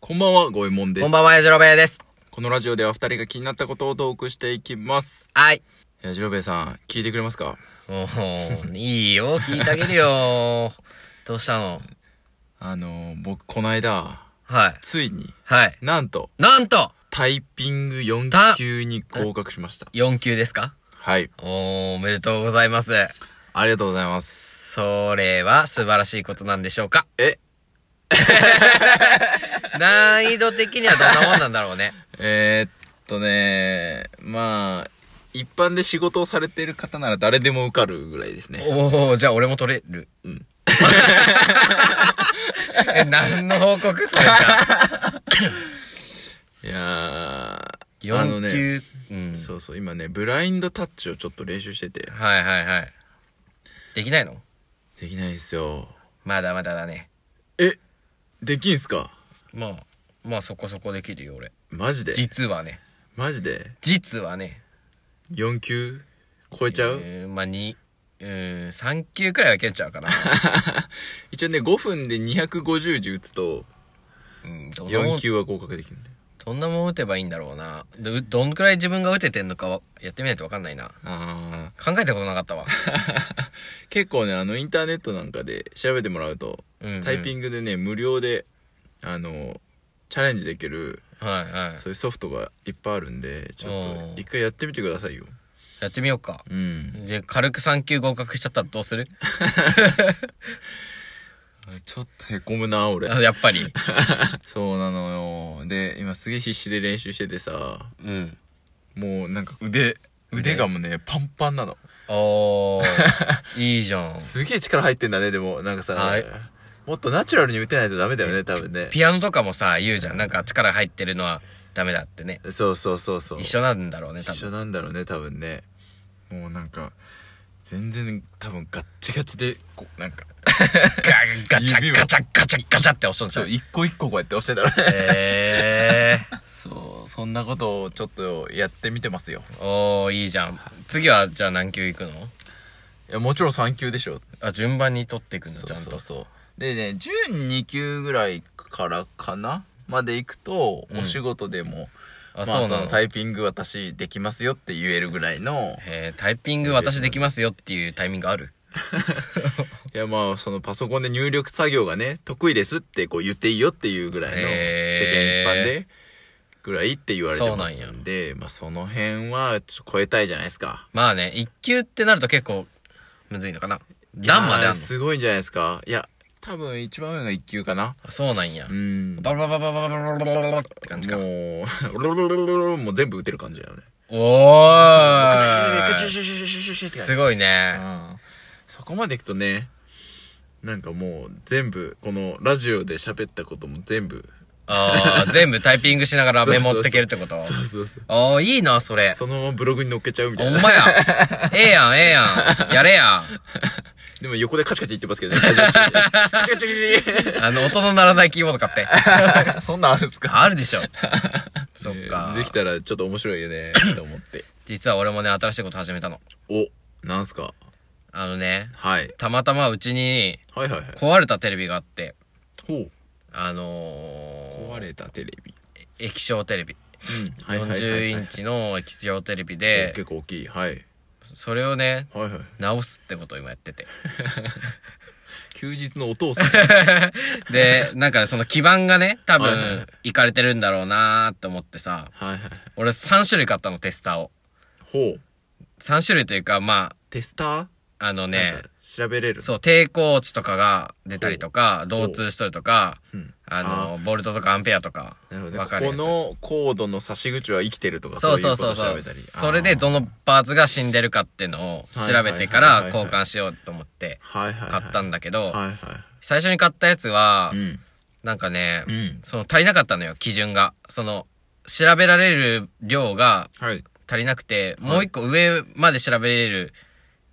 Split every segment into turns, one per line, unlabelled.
こんばんは、ごえもんです。
こんばんは、やじろべえです。
このラジオでは二人が気になったことをトークしていきます。
はい。
やじろべえさん、聞いてくれますか
おー、いいよ、聞いてあげるよ。 どうしたの
あのー、僕、こないだ、
はい。
ついに、
はい。
なんと、
なんと
タイピング4
た
級に合格しました。
!4 級ですか
はい。
おー、おめでとうございます。
ありがとうございます。
それは素晴らしいことなんでしょうか
え
難易度的にはどんなもんなんだろうね。
えー、っとねまあ、一般で仕事をされている方なら誰でも受かるぐらいですね。
おー、じゃあ俺も取れる。
ん
え、何の報告それじゃあ。
いやー、 あの
4
ね、
級、うん。
そうそう、今ね、ブラインドタッチをちょっと練習してて、
はいはいはい。できないの
できないんですよ。
まだまだだね。
え、できんすか
まあ、まあそこそこできるよ、俺。
マジで
実はね。
マジで
実はね。
4級超えちゃう、
えーまあ2、うーん、3級くらいはいけちゃ うかな。
一応ね5分で250字打つと
うん、どんなもん
4、級は合格できるんだよ
どんなもん打てばいいんだろうな。でうどんくらい自分が打ててんのかは、やってみないとわかんないな。
あ
考えたことなかったわ。
ー結構ねあのインターネットなんかで調べてもらうと、
うんうん
タイピングでね無料であのチャレンジできる
はいはい。
そういうソフトがいっぱいあるんでちょっ
お
と
ー
一回やってみてくださいよ
やってみようか。
うん
じゃあ、軽く3級合格しちゃったらどうする
ちょっとへこむな俺
あやっぱり。
そうなのよで今すげえ必死で練習しててさ
うん。
もうなんか腕腕がもうねパンパンなの
お ー、いいじゃん。
すげえ力入ってんだね、でも、なんかさ、
はい
もっとナチュラルに打てないとダメだよね、多分ね。
ピアノとかもさ、言うじゃん。なんか力入ってるのはダメだってね。
そうそうそうそう。
一緒なんだろうね、多
一
分
緒。なんだろうね、多分ね。もうなんか、全然多分ガッチガチで、こう、なんか、
ガガチ
指
ャ
を
ガチャガチャガチャって押すんじ
そ
ゃ。
うん一個一個こうやって押してんだろうね。
え
そう、そんなことをちょっとやってみてますよ。
ー。おー、いいじゃん。次は、じゃあ何級行くの
いや、もちろん3級でしょ。
あ、順番に取っていくんだ、
そう
ちゃん
そ
と
う。そう。でね、12級ぐらいからかなまで行くと、
うん
お仕事でも、
あ、
まあ
そう
そ
な
の
の。
タイピング私できますよって言えるぐらいの、
えー、タイピング私できますよっていうタイミングある
いやまあそのパソコンで入力作業がね得意ですってこう言っていいよっていうぐらいの世
へー
間一般でぐらいって言われてますんでまあその辺はちょっと超えたいじゃないですか
まあね、1級ってなると結構、むずいのかな。段ま
い
であ
やー
んの
すごいんじゃないですかいや多分一番上が1級かな
あそうなんや
う。ん
バラバラバラバラバラバラバラって感じか。
もうロロロロロロもう全部打てる感じだよね
お
ガチ
ー
シュシュシュシュシュシュシュシュシュって感じ
すごいね。
うんそこまでいくとねなんかもう全部このラジオで喋ったことも全部
あー全部タイピングしな がらメモってけるってこと
そうそうそう
あーいいな、それ。
そのままブログに載っけちゃうみた
ほ
い
ん
な。
まや。ええやん、ええやん。やれやん。
でも横でカチカチ言ってますけどね。カチカチカチカチ
あの、音の鳴らないキーボード買 って。
カチそんなんあるんすか
あるで しょ。そっか。
できたらちょっと面白いよね、と思って。
実は俺もね、新しいこと始めたの。
お、なんすか
あのね、
はい。
たまたまうちに
はいはいはい。
壊れたテレビがあって、
ほう。
あの
壊れたテレビ。
ー、液晶テレビ。
うん。はいはいはい、は
40
い。
インチの液晶テレビ
お
で、
結構大きい。はい。
それをね、
はいはい。
直すってことを今やってて。
休日のお 父さん。
で、なんかその基板がね、多
はいは
分、いかれてるんだろうなーって思ってさ、
はいはい。
俺3種類買ったの、テスターを。
ほう。
3種類というか、ま
テスター
あ、あのね
なん、か調べれる。
そう、抵抗値とかが出たりとか、導通しとるとか、
うん。
あの、ボルトとかアンペアとか、
なるほどね。
わ
こ
かるや
こ
つ
のコードの差し口は生きてるとか、
そ
そうい
う
う
そ
こ
うそ
とを調
うそ
べ
う。
たり。
それでどのパーツが死んでるかっていうのを調べてか
はいは
ら
いはいはい
交
はい
換しようと思って
あーはいはいは
買
い。
ったんだけど、
はいは。
最初に買ったやつはい
う、ん。
なんかね
う、ん。
その足りなかったのよ、基準が。その、調べられる量が
はい。
足りなくて、
い
もう一個上まで調べれる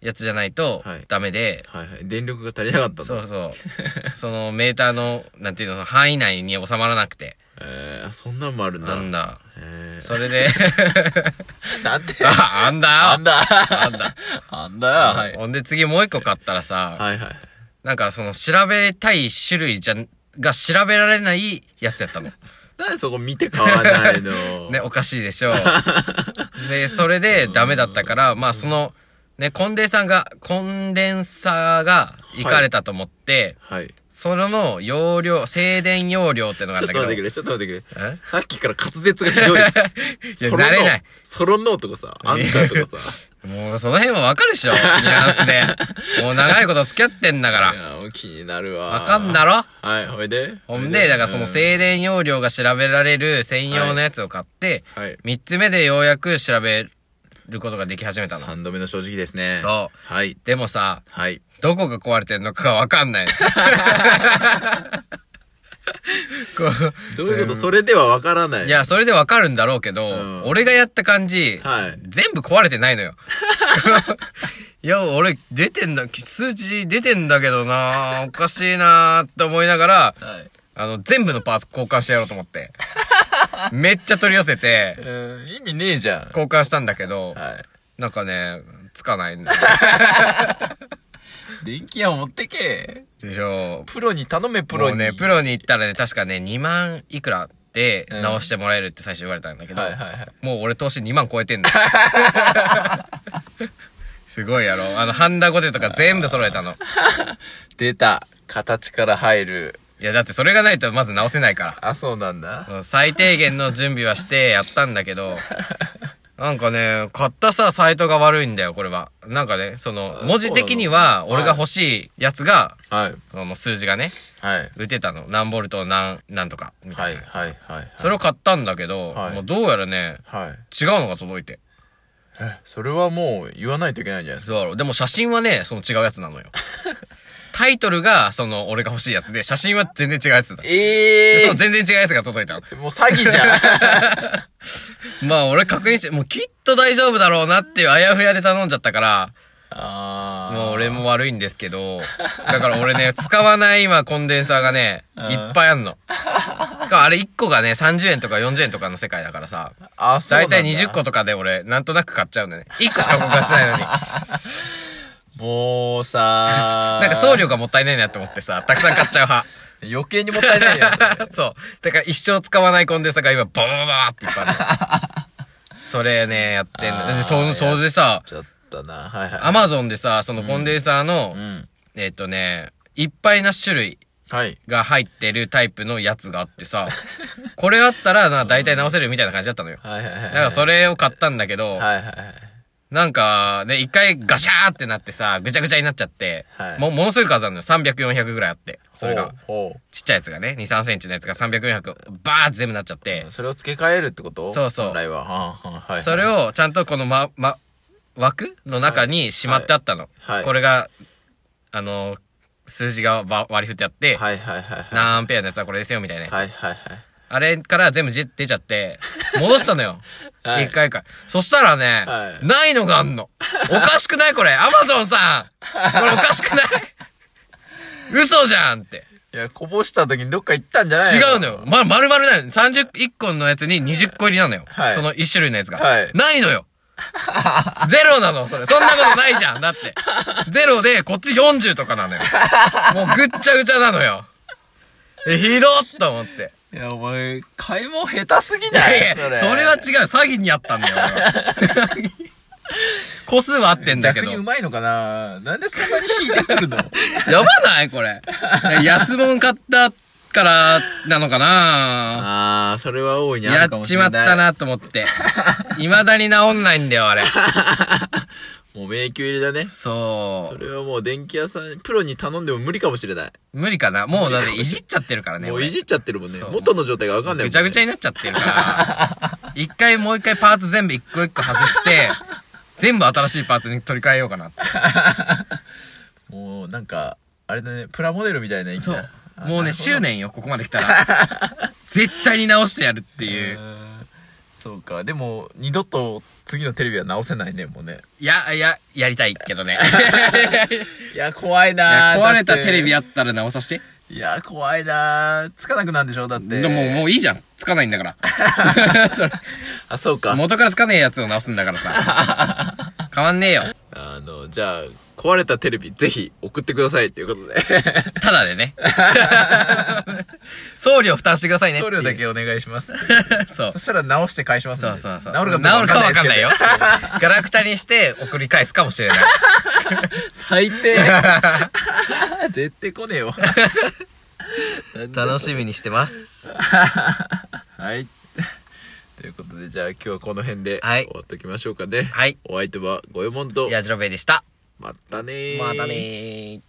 やつじゃないと
はい
ダメで、
はいはい。電力が足りなかったと。
そう そう。そのメーターの、なんていうの、範囲内に収まらなくて。
えー、そんなんもあるんだ。
なんだ。
え
それ で、
ー、なんで
あ、あんだ
あ
よ
んだ
あんだ。
あんだはい。
ほんで次もう一個買ったらさ、
はいはい。
なんかその調べたい種類じゃん、が調べられないやつやったの。
なんでそこ見て買わないの
ね、おかしいでしょう。 で、それでダメだったから、まあその、ね、コンデンサーが、コンデンサーがいかれたと思って、
はい。
それの容量、静電容量ってのがあ
ち
っ
ょったと
け
待って
ど、
く
い
れ、ちょっと待ってく
え
れ。さっきから滑舌がひ どい。
や、
ソロ
慣れない。
ソロノーとかさ、アンカーとか さ。
もうその辺はわかるでしょ、ニュアンスで。 もう長いこと付き合ってんだか
い
ら。
や、もう気になるわ。
わかんだろ
はい、ほいで。
ほんで、だからその
い。
静電容量が調べられる専用のやつを買って、
うんはい。
三つ目でようやく調べることができ始めたの。
三度目の正直ですね。
そう
はい。
でもさ、
はい。
どこが壊れてんのかがわかん ない。こう
どういうこと、それではわからない。
いや、それでわかるんだろうけど、
ん
俺がやった感じ、
はい
全部壊れてない のよ。いや、俺、出てんだ、数値出てんだけどなおかしいなって思いながら、
はい。
あの、全部のパーツ交換してやろうと 思って。めっちゃ取り寄せて、
うん、意味ねえじゃん。
交換したんだけど、
はい。
なんかね、つかないんだよ。
電気屋持ってけ。
でしょ。
プロに頼め、プ
プ
ロ
ロ
に。
ね、プロに行ったらね、確かね、2万いくらで
うん
直してもらえるって最初言われたんだけど、
はいはいはい。
もう俺投資2万超えてんだよ。 すごいやろ。あの、ハンダゴテとか全部揃えたの。
出た。形から入る。
いや、だってそれがないとまず直せないから
あ、そうなんだ。
その。最低限の準備は してやったんだけど、なんかね、買ったさ、サイトが悪いんだよ、これは。なんかね、その
あ、
文字的には、
そうなの
俺が欲しいやつが、
はい。
その数字がね、
はい。
打てたの。何ボルト何、何とか、みた
はいい
な。
はいはい。
それを買ったんだけど、
はい
もうどうやらね、
はい。
違うのが届いて。
え、それはもう言わないといけないんじゃないですか。
どうだろう。でも写真はね、その違うやつ なのよ。タイトルが、その、俺が欲しいやつで、写真は全然違うやつだ。で
え
その全然違うやつが届いたの。
えもう詐欺じゃん。
まあ、俺確認して、もうきっと大丈夫だろうなっていうあやふやで頼んじゃったから、
あー。
もう俺も悪いんですけど、だから俺ね、使わない今コンデンサーがね、い
ん
っぱいあんの。しかもあれ1個がね、30円とか40円とかの世界だからさ、
あ、そう
だ
ないんだ。
たい20個とかで俺、なんとなく買っちゃうんだよね。1個しか交換してないのに。
もうさ
なんか送料がもったいないなって思ってさ、たくさん買っちゃう派。
余計にもったいないよ。
そう。だから一生使わないコンデンサーが今、バババババっていっぱいある。それね、やってん
あ
の。
ー
で、そう、そうでさ、
ちょっとな。はいはい。
アマゾンでさ、そのコンデンサーの、
うん。
えっ、とね、いっぱいな種類
はい。
が入ってるタイプのやつがあっ てさ、これあったら、な、大体直せるみたいな感じだったのよ。
はいはいはい。
だからそれを買ったんだけど、
はいはいはい。
なんか、ね、一回ガシャーってなってさ、ぐちゃぐちゃになっちゃって、
はい
も、ものすごい数あるのよ。300、400ぐらいあって。それが。
ほう。ほ
ちっちゃいやつがね、2、3センチのやつが300、400、バーって全部なっちゃって
う。、それを付け替えるってこと
そうそう
本来は。はあはあはいはい。
それ。をちゃんとこのま、ま、枠の中にしまってあったの。
はいはい
これが、あの、数字がわ割り振ってあって、
はいはいはいはい。
何アンペアのやつはこれですよみたいなやつ。
はいはいはい。
あれから全部じ出ちゃって、戻したのよ。
はい
一回一回。そしたらね、
はい
ないのがあんの。おかしくないこれ。アマゾンさんこれおかしくない 嘘じゃんって。
いや、こぼした時にどっか行ったんじゃない
違うの。よ。ま、丸々ないの。31個のやつに20個入りなのよ。
はい
その1種類のやつが。
はい
ないのよ。 ゼロなの、それ。そんなことないじゃん。だって。ゼロで、こっち40とかなのよ。もうぐっちゃぐちゃなのよ。え、ひどっと思って。
いや、お前、買い物下手すぎ
い
ない
やいや、それは違う。詐欺にあったんだよ。 俺は個数は合ってんだけ
逆
ど。
にう
や
まいのかななんでそんなに引いてく るの
ばないこれ。安物買ったからなのかな
あー、それは大いにあ
や
るか
っ
も
ち
し
まっ
れない。
た。なと思って。未だに治んないんだよ、あれ。
もう迷宮入りだね。
そ
それはもう電気屋さん、プロに頼んでも無理かもしれない。
う。無理かな。もうだっていじっちゃってるからね。
もういじっちゃってるもんね
そ。う
元の状態がわかんないもん、ね。
ぐちゃぐちゃになっちゃってるから。一回もう一回パーツ全部一個一個外して、全部新しいパーツに取り替えようかなって。
もうなんか、あれだね、プラモデルみたいな意味
そ
だ
う。
あ
も
な
うね、
るほど
執念よ、ここまで来たら。絶対に直してやるっていう
う。ーんそうか。でも、二度と次のテレビは直せないね、もうね。
いや、いや、やりたいけ どね。
いや、怖い
い
な
や壊れたテレビ
や。
あったら直させて。
いや、怖いなつかなくなんでしょだって。
でも、もういいじゃん。つかないんだから。 それ
あ、 そうか。
元からつかねえやつを直すんだからさ。変わんねえよ。
あの、じゃあ、壊れたテレビぜひ送ってくださいということで。
ただでね。送料負担してくださいねって い
送
う。
料だけお願いします。
そう
そ。したら直して返しますん
そ
で
うそうそう。
治るかどう
治るかわ
わ
かんないよ
です。
ガラクタにして送り返すかもしれない。
けど。最低。絶対来ね えわ。
楽しみにしてます。
はい。ということで、じゃあ今日はこの辺で
はい
終わっときましょうかね。
はい
お相手は、ごえもんと、
ヤジロベイでした。
まったねー
またねー。